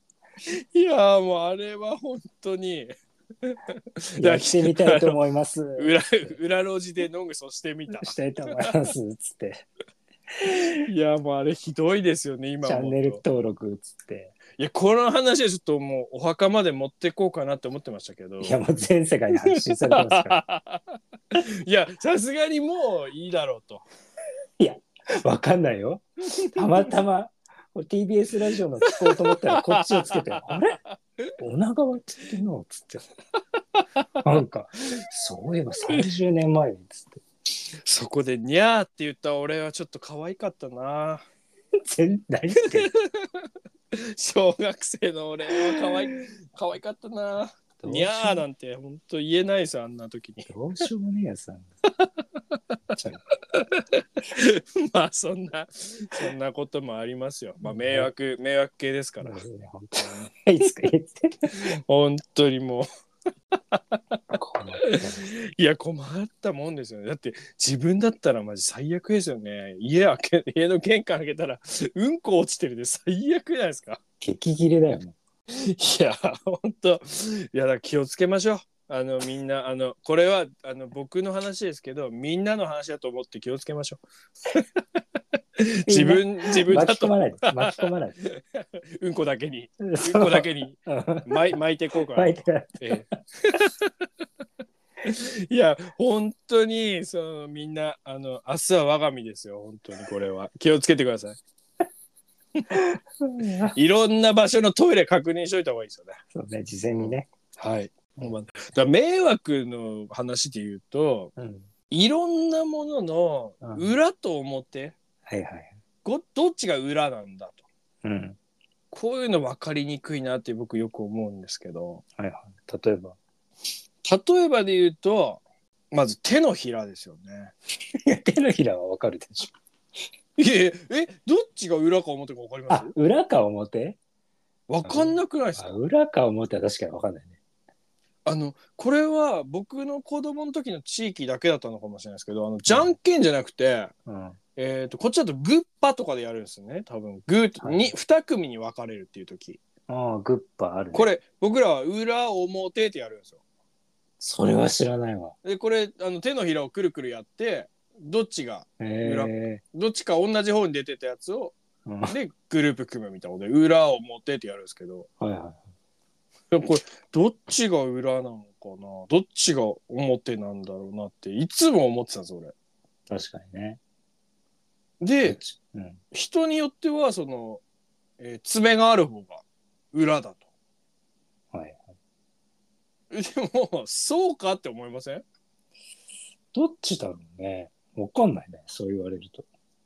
S1: いやーもうあれは本当に
S2: やってみたいと思います
S1: 裏裏路地でノングソして
S2: *laughs*
S1: みた。
S2: したいと思いますっつって
S1: いやーもうあれひどいですよね今
S2: チャ
S1: 思
S2: ン
S1: う
S2: ネル
S1: と。
S2: 登録っつって
S1: いやこの話はちょっともうお墓まで持ってこうかなって思ってましたけど。
S2: いやもう全世界に発信されてます
S1: *laughs*
S2: か
S1: いやさすがにもういいだろうと。
S2: らわかんないよたまたま TBS ラジオの聞こうと思ったらこっちをつけて「あれ女川っつってんの?」っつってなんかそういえば30年前にっつって
S1: そこでニャーって言った俺はちょっと可愛かったな。
S2: 全何言ってんの
S1: 小学生の俺は可愛い可愛かったな。
S2: どうし
S1: に
S2: よ
S1: ゃー
S2: う
S1: なんて本当言えないですよあんな時に *laughs*
S2: どうしようもねえやつなんだちょ
S1: まあそんなそんなこともありますよまあ迷惑迷惑系ですから
S2: 本当に。いつか言って。
S1: 本当にも
S2: この
S1: ういや困ったもんですよねだって自分だったらマジ最悪ですよね家開け家の玄関開けたらうんこ落ちてるで最悪じゃないですか
S2: 激切れだよね。
S1: いや本当いやだから気をつけましょうあのみんなあのこれはあの僕の話ですけどみんなの話だと思って気をつけましょ
S2: *laughs*
S1: う自分自分だ
S2: 巻き
S1: と
S2: 込まないで。巻き込まないで。
S1: うんこだけに、
S2: う
S1: うんこだけに
S2: ん
S1: 巻い巻いていこうかな。
S2: 巻いてない
S1: ええ *laughs* いや、本当に、そのみんな、あの、明日は我が身ですよ、本当にこれは。気をつけてください。いろんな場所のトイレ確認しといた方がいいですよね。
S2: そうね、事前にね。
S1: はい。だから迷惑の話で言うと、
S2: うん
S1: いろんなものの
S2: うん
S1: 裏と表、
S2: はいはい。
S1: ごどっちが裏なんだと。
S2: うん。
S1: こういうの分かりにくいなって僕よく思うんですけど。
S2: はいはい。例えば。
S1: 例えばで言うとまず手のひらですよね。
S2: いや手のひらはわかるでしょ。
S1: いええどっちが裏か表か分かりま
S2: あ
S1: す、
S2: 裏か表
S1: 分かんなくないですか
S2: あ裏か表は確かにわかんないね。
S1: あのこれは僕の子供の時の地域だけだったのかもしれないですけどあのじゃんけんじゃなくて、
S2: うん。
S1: えー、とこっちだとグッパとかでやるんですよね多分グー、
S2: はい
S1: に2組に分かれるっていう時
S2: ああ、グッパあるね。
S1: これ僕らは裏表ってやるんですよ。
S2: それは知らないわ。
S1: でこれあの手のひらをくるくるやってどっちが
S2: へえ。
S1: どっちか同じ方に出てたやつを
S2: うんはい
S1: でグループ組むみたいなので裏を持ってってやるんですけど
S2: は
S1: でもこれどっちが裏なのかなどっちが表なんだろうなっていつも思ってたんです俺。
S2: い。確かにね。
S1: で
S2: うん。
S1: 人によってはその、えー爪がある方が裏だと。
S2: はい。
S1: でもそうかって思いません
S2: どっちだろうね。わかんないね。そう言われると。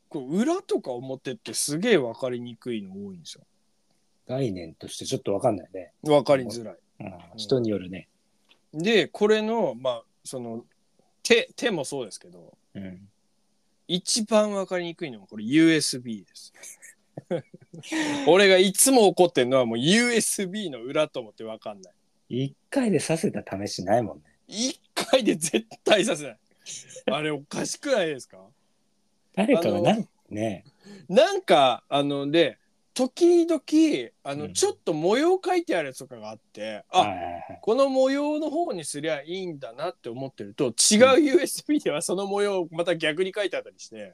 S1: これ裏とか表ってすげえ分かりにくいの多いんですよ。
S2: 概念としてちょっとわかんないね。
S1: 分かりづらい。
S2: うん、人によるね。
S1: でこれのまあその手手もそうですけど
S2: うん。
S1: 一番分かりにくいのはこれ USB です。 *laughs* 俺がいつも怒ってるのはもう USB の裏と思って分かんない。
S2: 一回で刺せた試しないもんね。
S1: 一回で絶対させない。あれおかしくないですか
S2: 誰かが
S1: あ
S2: 何ね
S1: なんかあので時々あの、
S2: うん
S1: ちょっと模様書いてあるやつとかがあってあ、
S2: はいはいはい
S1: この模様の方にすりゃいいんだなって思ってると違う USB ではその模様をまた逆に書いてあったりして、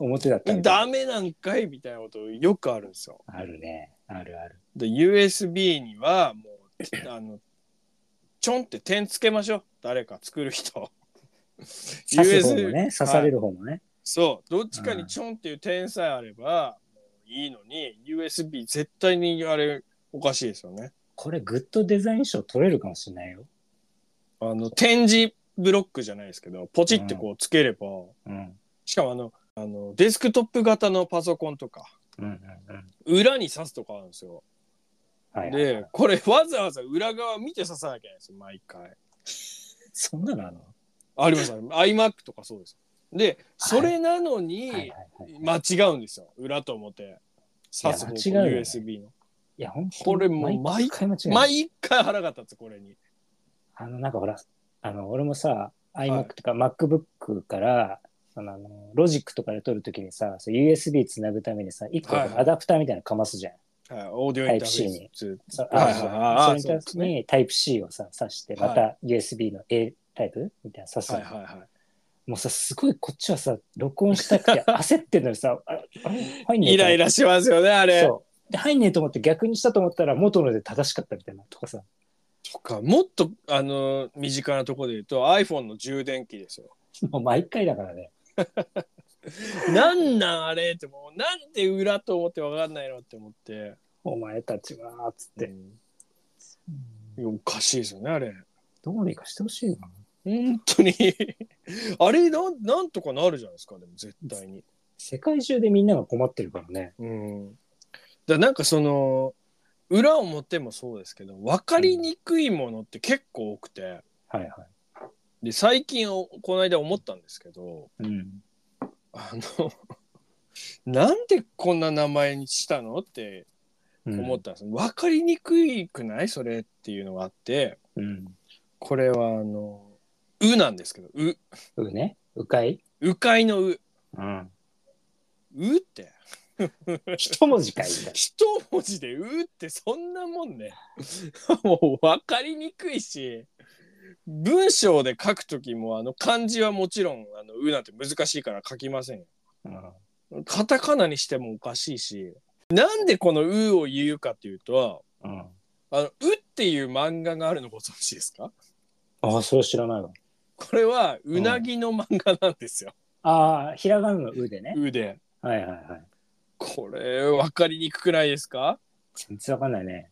S2: 表だったみたい
S1: ダメなんかいみたいなことよくあるんですよ。
S2: あるね。あるある。 *laughs*
S1: で USB にはもうあのちょんって点つけましょう誰か作る人
S2: 刺す方も
S1: USB
S2: ね、刺される方もね。
S1: そうどっちかにちょんっていう点さえあればもういいのに USB 絶対にあれおかしいですよね
S2: これ、グッドデザイン賞取れるかもしれないよ。
S1: あの点字ブロックじゃないですけどポチってこうつければ、
S2: うん。
S1: しかもあのあのデスクトップ型のパソコンとか
S2: うんうんうん。
S1: 裏に刺すとかあるんですよ
S2: はいはいはい
S1: で、これわざわざ裏側見て刺さなきゃいけないんですよ、毎回。
S2: そんなのあるの
S1: あります、あり
S2: *laughs*
S1: ます。iMac とかそうです。で、それなのに、
S2: はいはいはい。い
S1: 間違うんですよ、裏と表。刺す方向
S2: いや間違うよね
S1: USB の。
S2: や、本当
S1: これもう毎
S2: 回間違いない。
S1: 毎回腹が立つ、これに。
S2: あの、なんかほら、あの、俺もさ、
S1: い
S2: iMac とか MacBook から、そのあのロジックとかで撮るときにさ、そう USB つなぐためにさ、一個
S1: はいはい
S2: アダプターみたいなのかますじゃん。
S1: はい、オーディオインターフェース。
S2: そ
S1: は
S2: あ
S1: いはいはいそう
S2: そうそれに対
S1: です
S2: してにタイプ C をさ、挿して、ま
S1: は
S2: た USB の A タイプみたいなの挿す
S1: は
S2: の
S1: いはいは
S2: もうさ、すごいこっちはさ、録音し
S1: *laughs*
S2: たくて焦ってんのにさ、ああれ入んね
S1: い。
S2: え
S1: イ
S2: と
S1: ライラしますよね、あれ。
S2: そう。で、入んねえと思って逆にしたと思ったら元ので正しかったみたいなとかさ。 *laughs*
S1: とか、もっと、あの、身近なところで言うと iPhone の充電器ですよ。
S2: もう毎回だからね。
S1: なんなんあれって、もう、なんで裏と表わかんないのって思って。
S2: お前たちは、つって。
S1: うんいやおかしいですよね、あれ。
S2: どうにかしてほしいな。
S1: 本当に *laughs* あれなんなんとかなるじゃないですかでも絶対に。
S2: 世界中でみんなが困ってるからね。
S1: うん、だなんかその裏表もそうですけど分かりにくいものって結構多くて
S2: はいはい。
S1: で最近おこの間思ったんですけど
S2: うん。
S1: あの *laughs* なんでこんな名前にしたのって思ったんです、分かりにくいくないそれっていうのがあって
S2: うん。
S1: これはあの「う」なんですけど「う」
S2: うね。うかい。
S1: 「うかいのう」
S2: うん。
S1: 「う」って。
S2: 一文字
S1: *laughs*
S2: かいみたい
S1: 一文字で「う」ってそんなもんね *laughs* もう分かりにくいし文章で書く時もあの漢字はもちろん「あのう」なんて難しいから書きませんよ
S2: な。うん。
S1: カタカナにしてもおかしいしなんでこの「う」を言うかっていうと
S2: うん、
S1: 「あのう」っていう漫画があるのご存知ですか
S2: ああ、それは知らないわ。
S1: これはうなぎの漫画なんですよ
S2: ああ、ひらがなのう
S1: 「
S2: でね。
S1: う」で。
S2: はいはいはい。
S1: これ分かりにくくないですか
S2: 全然わかんないね。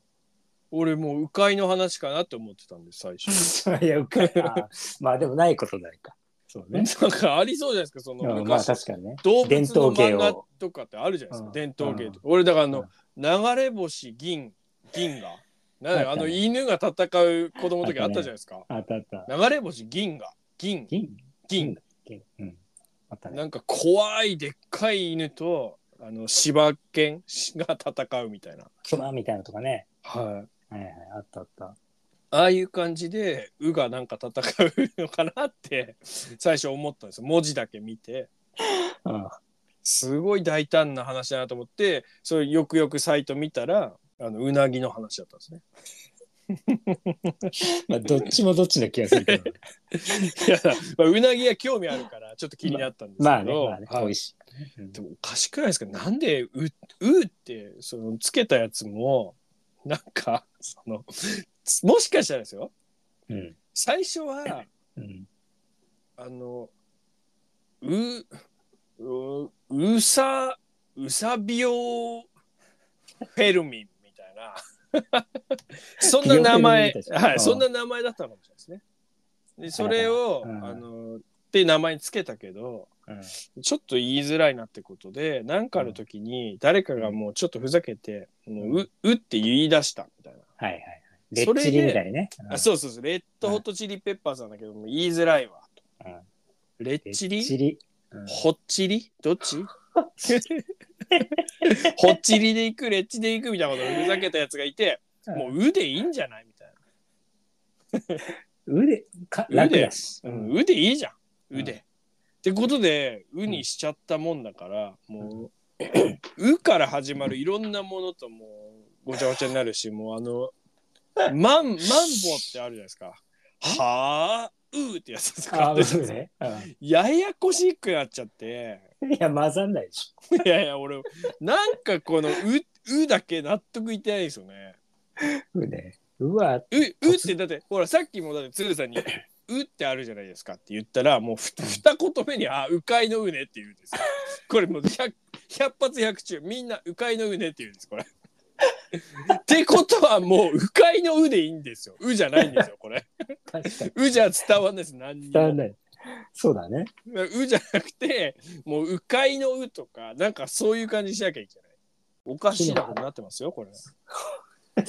S1: 俺もう迂回の話かなって思ってたんです最初。
S2: *laughs* いや、うかい。あ
S1: *laughs*
S2: あまあでもないことないか。そうね。
S1: なんかありそうじゃないですかその
S2: う
S1: 昔、
S2: ん、まあ確かにね。
S1: 動物
S2: 伝
S1: の
S2: 統
S1: 漫
S2: 芸を
S1: 画とかってあるじゃないですか、
S2: うん
S1: 伝統芸とか、俺だからあの、流れ星銀銀河なんだよ
S2: あ
S1: あ
S2: ったね
S1: の犬が戦う子供の時あったじゃないですか、
S2: あったあった。
S1: 流れ星銀河銀
S2: 銀
S1: 銀
S2: 銀。うん。あったね。
S1: なんか怖いでっかい犬とあの柴犬が戦うみたいな、
S2: 熊みたいなとかね。
S1: はい、
S2: はいはい。あったあった。
S1: ああいう感じで「う」がなんか戦うのかなって最初思ったんですよ文字だけ見て。 *laughs*
S2: うん。
S1: すごい大胆な話だなと思ってそれよくよくサイト見たらあのうなぎの話だったんですね。 *laughs*
S2: まあどっちもどっちな気がす
S1: *laughs*
S2: るけど。
S1: いや、まあ、うなぎが興味あるからちょっと気になったんですけど、
S2: まあね、まあね。
S1: はい
S2: 美味しい。うん
S1: でもおかしくないですかなんでう「う」ってそのつけたやつもなんかそのもしかしたらですよ
S2: うん。
S1: 最初は
S2: うん。
S1: あのうううさうさびオフェルミンみたいな *laughs* そんな名前
S2: ビオフェルミンみたいな
S1: は
S2: うん
S1: いそんな名前だったのかもしれないですね。でそれを、
S2: うん
S1: あのって名前につけたけど
S2: うん
S1: ちょっと言いづらいなってことで何かの時に誰かがもうちょっとふざけて「もうううって言い出したみたいな。
S2: はいはいはい。レ
S1: そ
S2: ッ
S1: れ
S2: チ
S1: で
S2: リみたいね。うん
S1: あそうそうそうレッドホットチリペッパーズなんだけども言いづらいわ。
S2: うん
S1: レッ
S2: レ
S1: チリ
S2: ッチリ。うん
S1: ほっちりどっ
S2: *laughs*
S1: ちほっちりで行くレッチで行くみたいなことをふざけたやつがいてもう「う」でいいんじゃないみたい
S2: 腕か
S1: 腕
S2: 楽だし。
S1: な「う
S2: うん
S1: ん、う」でいいじゃん「
S2: うん
S1: う」で。ってことで「う」にしちゃったもんだからもう「う」から始まるいろんなものともうごちゃごちゃになるしもうあの「マンマンボ」ってあるじゃないですか。はあ「う」ってやつです
S2: あ
S1: か
S2: あ、そうね。う
S1: ややこしくなっちゃって。
S2: んいや、混ざんないでし
S1: *laughs*
S2: ょ。
S1: いやいや、俺、なんかこの、う、うだけ納得いってないですよね。
S2: 腕。うわ、
S1: ううってだってほらさっきもだって鶴さん
S2: *laughs*
S1: に「う」ってあるじゃないですかって言ったらもうふ二言目に「あうかいのうね」って言うんですよこれもう 100, 100発100中みんな「うかいのうね」って言うんですこれ。ってことはもう「うかいのう」でいいんですよ「う」じゃないんですよこれ。 *laughs*
S2: 確かに。
S1: うじゃ伝わんないです何に
S2: 伝わん
S1: も。
S2: ない。そうだね。
S1: うじゃなくてもう「うかいのう」とかなんかそういう感じしなきゃいけない。おかしいなことになってますよこれ。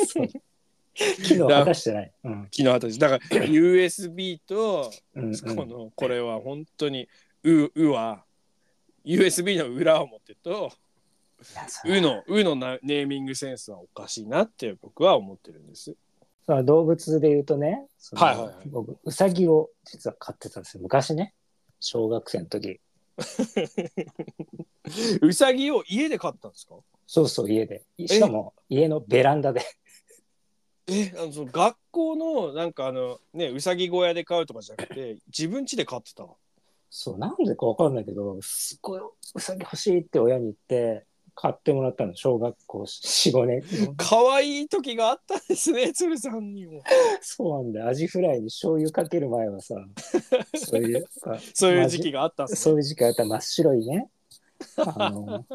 S2: そう *laughs* 昨日果たしてない。うん。
S1: 昨日私だから *clears throat* USB と
S2: うんうん
S1: このこれは本当に「う」うは USB の裏表と
S2: い
S1: 「
S2: やそう
S1: う」の「う」のなネーミングセンスはおかしいなって僕は思ってるんです。
S2: その動物で言うとね、その
S1: はいはいはい
S2: 僕、ウサギを実は飼ってたんですよ。昔ね。小学生の時。
S1: うさぎを家で飼ったんですか
S2: そうそう、家で。しかも、家のベランダで。
S1: えあのその学校のなんかあのねうさぎ小屋で飼うとかじゃなくて自分家で飼ってた。
S2: そう、なんでかわかんないけど、すごい、ウサギ欲しいって親に言って、買ってもらったの。小学校4、5
S1: *laughs*
S2: 年。
S1: 可愛い時があったんですね鶴さんにも。
S2: そうなんだよ。アジフライに醤油かける前はさ、そ
S1: *laughs*
S2: ういう、あ
S1: そういう時期があったんです
S2: そ
S1: ね。
S2: ういう時期あったら真っ白いね、あ *laughs* の、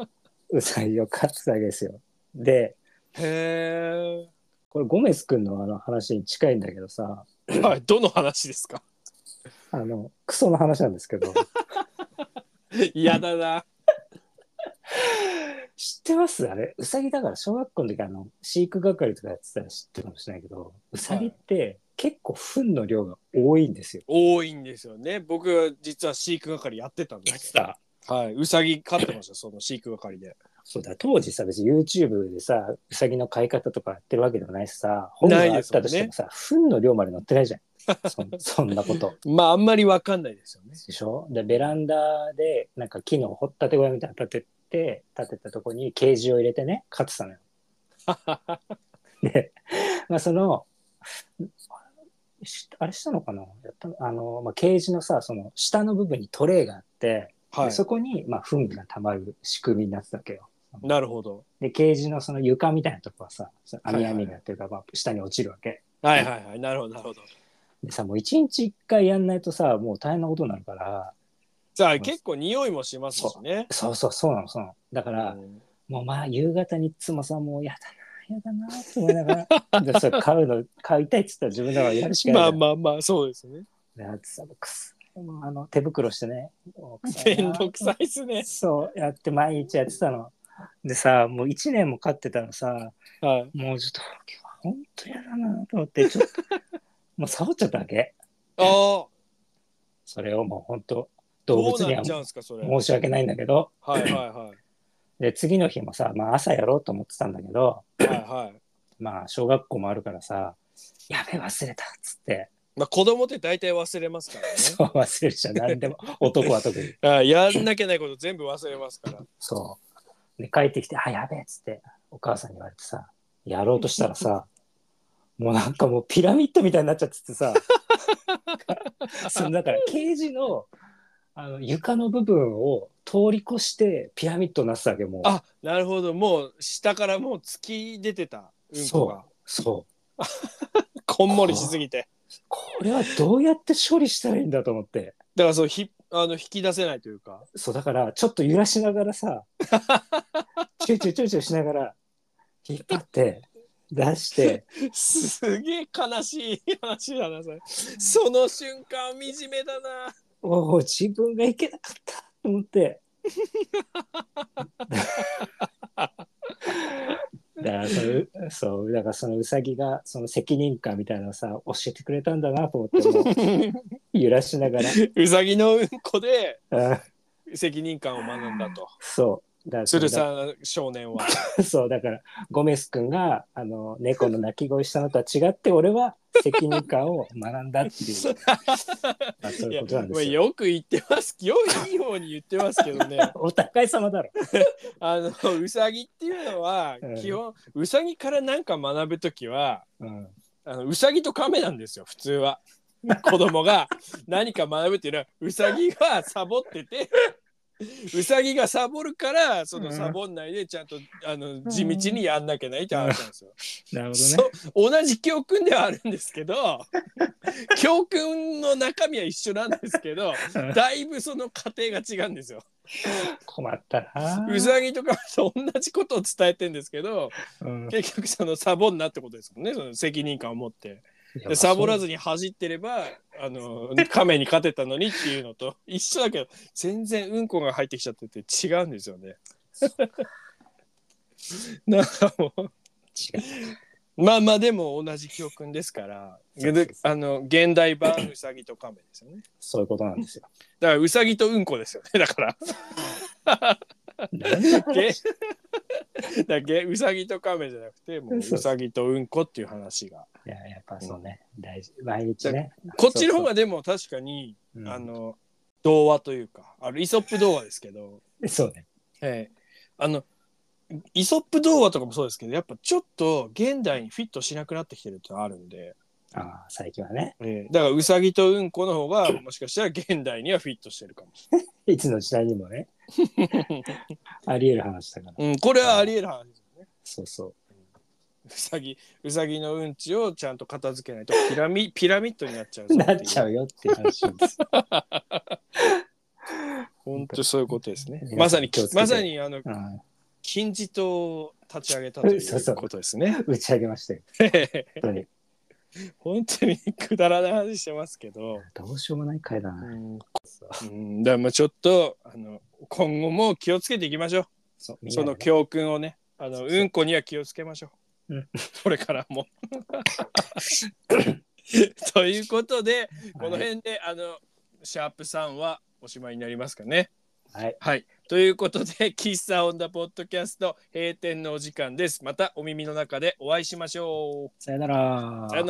S2: うさぎを飼ってたわけですよ。で、
S1: へ
S2: これ、ゴメス君のあの話に近いんだけどさ、
S1: え。はいどの話ですか
S2: あの、クソの話なんですけど、
S1: *laughs* 嫌だな。
S2: *laughs* 知ってますあれ、うさぎだから小学校の時あの、飼育係とかやってたら知ってるかもしれないけど、うさぎって結構糞の量が多いんですよ。
S1: 多いんですよね。僕実は飼育係やってたんです。
S2: さ
S1: はい、うさぎ飼ってました、その飼育係で。
S2: そうだ当時さ別に YouTube でさうさぎの飼い方とかやってるわけでもないしさ本があったとしてもさ糞の量まで載ってないじゃんそんそんなこと
S1: まあ、あんまりわかんないですよ
S2: *laughs*
S1: ね。
S2: でしょでベランダでなんか木の掘ったて小屋みたいなの立てて立てたとこにケージを入れてね飼ってたのよ。で、まあ、そのしあれしたのかなやったあの、まあ、ケージのさその下の部分にトレイがあって、
S1: は
S2: でそこに、まあ、糞がたまる仕組みになってたわけよ。
S1: い。なるほど。
S2: でケージのその床みたいなとこはさその網
S1: はいはい
S2: 網
S1: はい
S2: になってるから、まあ、下に落ちるわけ。
S1: はいはいはい。なるほど、なるほど。
S2: でさもう一日一回やんないとさもう大変なことになるから
S1: じゃあ、結構匂いもしますしね。
S2: そうそうそうなのそうなの。だから、
S1: うん
S2: もうまあ夕方にいつもさもうやだなやだなって思いなが
S1: *laughs*
S2: らでそれ買うの買いたいっつったら自分だからやるしかない
S1: ま
S2: じゃ
S1: あ
S2: ん
S1: まあまあ、そうですね。
S2: であとさもうくすもうあの手袋してねもう臭
S1: め
S2: いなん
S1: どくさいですね。
S2: そうやって毎日やってたのでさもう1年も飼ってたのさ
S1: はい。
S2: もうちょっと今日は本当やだなと思ってちょっともう触っちゃったわけ
S1: ああ、
S2: それをもう本当動
S1: ど
S2: 物
S1: う
S2: に
S1: な
S2: は
S1: っちゃうんですか、それ。はい
S2: 申し訳ないんだけど
S1: はいは
S2: で次の日もさ、まあ、朝やろうと思ってたんだけど
S1: い。はいはい。
S2: まあ小学校もあるからさ「やべ忘れた」っつって *laughs*
S1: まあ、子供って大体忘れますからね。
S2: そう忘れるじゃん何で *laughs* も男は特に
S1: ああやんなきゃいけないこと全部忘れますから。
S2: そうで帰ってきて「あやべえ」っつってお母さんに言われてさやろうとしたら *laughs* さもうなんかもうピラミッドみたいになっちゃっててさ *laughs* そのだからケージのあの床の部分を通り越してピラミッドになってたわけもう
S1: あなるほど、もう下からもう突き出てた。うんこが。
S2: そう
S1: こんもりしすぎて。
S2: これはどうやって処理したらいいんだと思って
S1: だからそうひあの引き出せないというか。
S2: そうだからちょっと揺らしなが
S1: *laughs*
S2: らさチューチューチューチューしながら引っ張って出して
S1: すげえ悲しい話だなそれ。その瞬間惨めだ
S2: *laughs*
S1: な。
S2: おお自分がいけなかったと思って
S1: *laughs*
S2: だからそのそうだからそのうさぎがその責任感みたいなのをさ教えてくれたんだなと思ってもう揺らしながら
S1: うさぎのうんこで *laughs*
S2: うん
S1: 責任感を学んだと。
S2: そうだからそ
S1: 鶴
S2: れだ
S1: さん少年は。
S2: *laughs* そうだからゴメス君があの猫の鳴き声したのとは違って俺は責任感を学んだっていうまあそう
S1: い
S2: いう
S1: や
S2: ことなんで
S1: ますあ
S2: よ。
S1: よく言ってます。よくいい方に言ってますけどね。
S2: お互い様だろ。
S1: あのうさぎっていうのは
S2: うん
S1: 基本うさぎから何か学ぶときは
S2: うん、
S1: あのうさぎと亀なんですよ普通は。子供が何か学ぶっていうのはうさぎがサボっててうさぎがサボるからその
S2: うん
S1: サボんないでちゃんとあの地道にやんなきゃないって話なんですよ。
S2: なるほどね。
S1: そう同じ教訓ではあるんですけど教訓の中身は一緒なんですけど
S2: うん
S1: だいぶその過程が違うんですよ。
S2: 困ったな。
S1: うさぎとかと同じことを伝えてんですけど
S2: うん
S1: 結局そのサボんなってことですもんねその責任感を持って。
S2: いやま
S1: で
S2: あ
S1: サボらずに走ってればあの亀に勝てたのにっていうのと *laughs* 一緒だけど全然うんこが入ってきちゃってて違うんですよね。 *laughs* なんかもう
S2: そう違
S1: まあまあでも同じ教訓ですから
S2: そうそう
S1: であの現代版ウサギと亀ですよね。
S2: そういうことなんですよ。
S1: だからウサギとうんこですよねだから。
S2: なんだ
S1: げ *laughs* だげうさぎと亀じゃなくてもううさぎとうんこっていう話が
S2: いややっぱそうね、大事毎日ね。
S1: こっちの方がでも確かに
S2: うん
S1: あの童話というかあのイソップ童話ですけど、
S2: そうね。
S1: ええあのイソップ童話とかもそうですけどやっぱちょっと現代にフィットしなくなってきてるってのあるんで、
S2: ああ最近はね、
S1: ええだからうさぎとうんこの方がもしかしたら現代にはフィットしてるかもし
S2: いつの時代にも *laughs* ね、
S1: れない、
S2: あり得る話だから。
S1: うん、これはありえる話ですよね。
S2: そうそう。
S1: うさぎうさぎのうんちをちゃんと片付けないとピラミ *laughs* ピラミッドになっちゃうぞて
S2: な
S1: いう
S2: っちゃうよって話です。
S1: 本当そういうことですね
S2: 皆。さん
S1: まさに
S2: 気をつけて
S1: まさにあの
S2: うん
S1: 金字塔を立ち上げたとい
S2: そうそうう
S1: ことです
S2: *laughs*
S1: ね。
S2: 打ち上げましたよ。
S1: *laughs*
S2: 本当に。
S1: 本当にくだらない話してますけど、
S2: どうしようもない回だ
S1: う
S2: な。
S1: ん、うんだからまあちょっとあの今後も気をつけていきましょう。
S2: そ
S1: その
S2: 今日
S1: 教訓をね、あの
S2: そうそう
S1: うんこには気をつけましょう。
S2: うん
S1: これから
S2: *laughs*
S1: も。ということで、この
S2: はい
S1: 辺であのシャープさんはおしまいになりますかね。
S2: はい。
S1: はい。ということで、喫茶オンダポッドキャスト閉店のお時間です。またお耳の中でお会いしましょう。
S2: さよなら。
S1: さよなら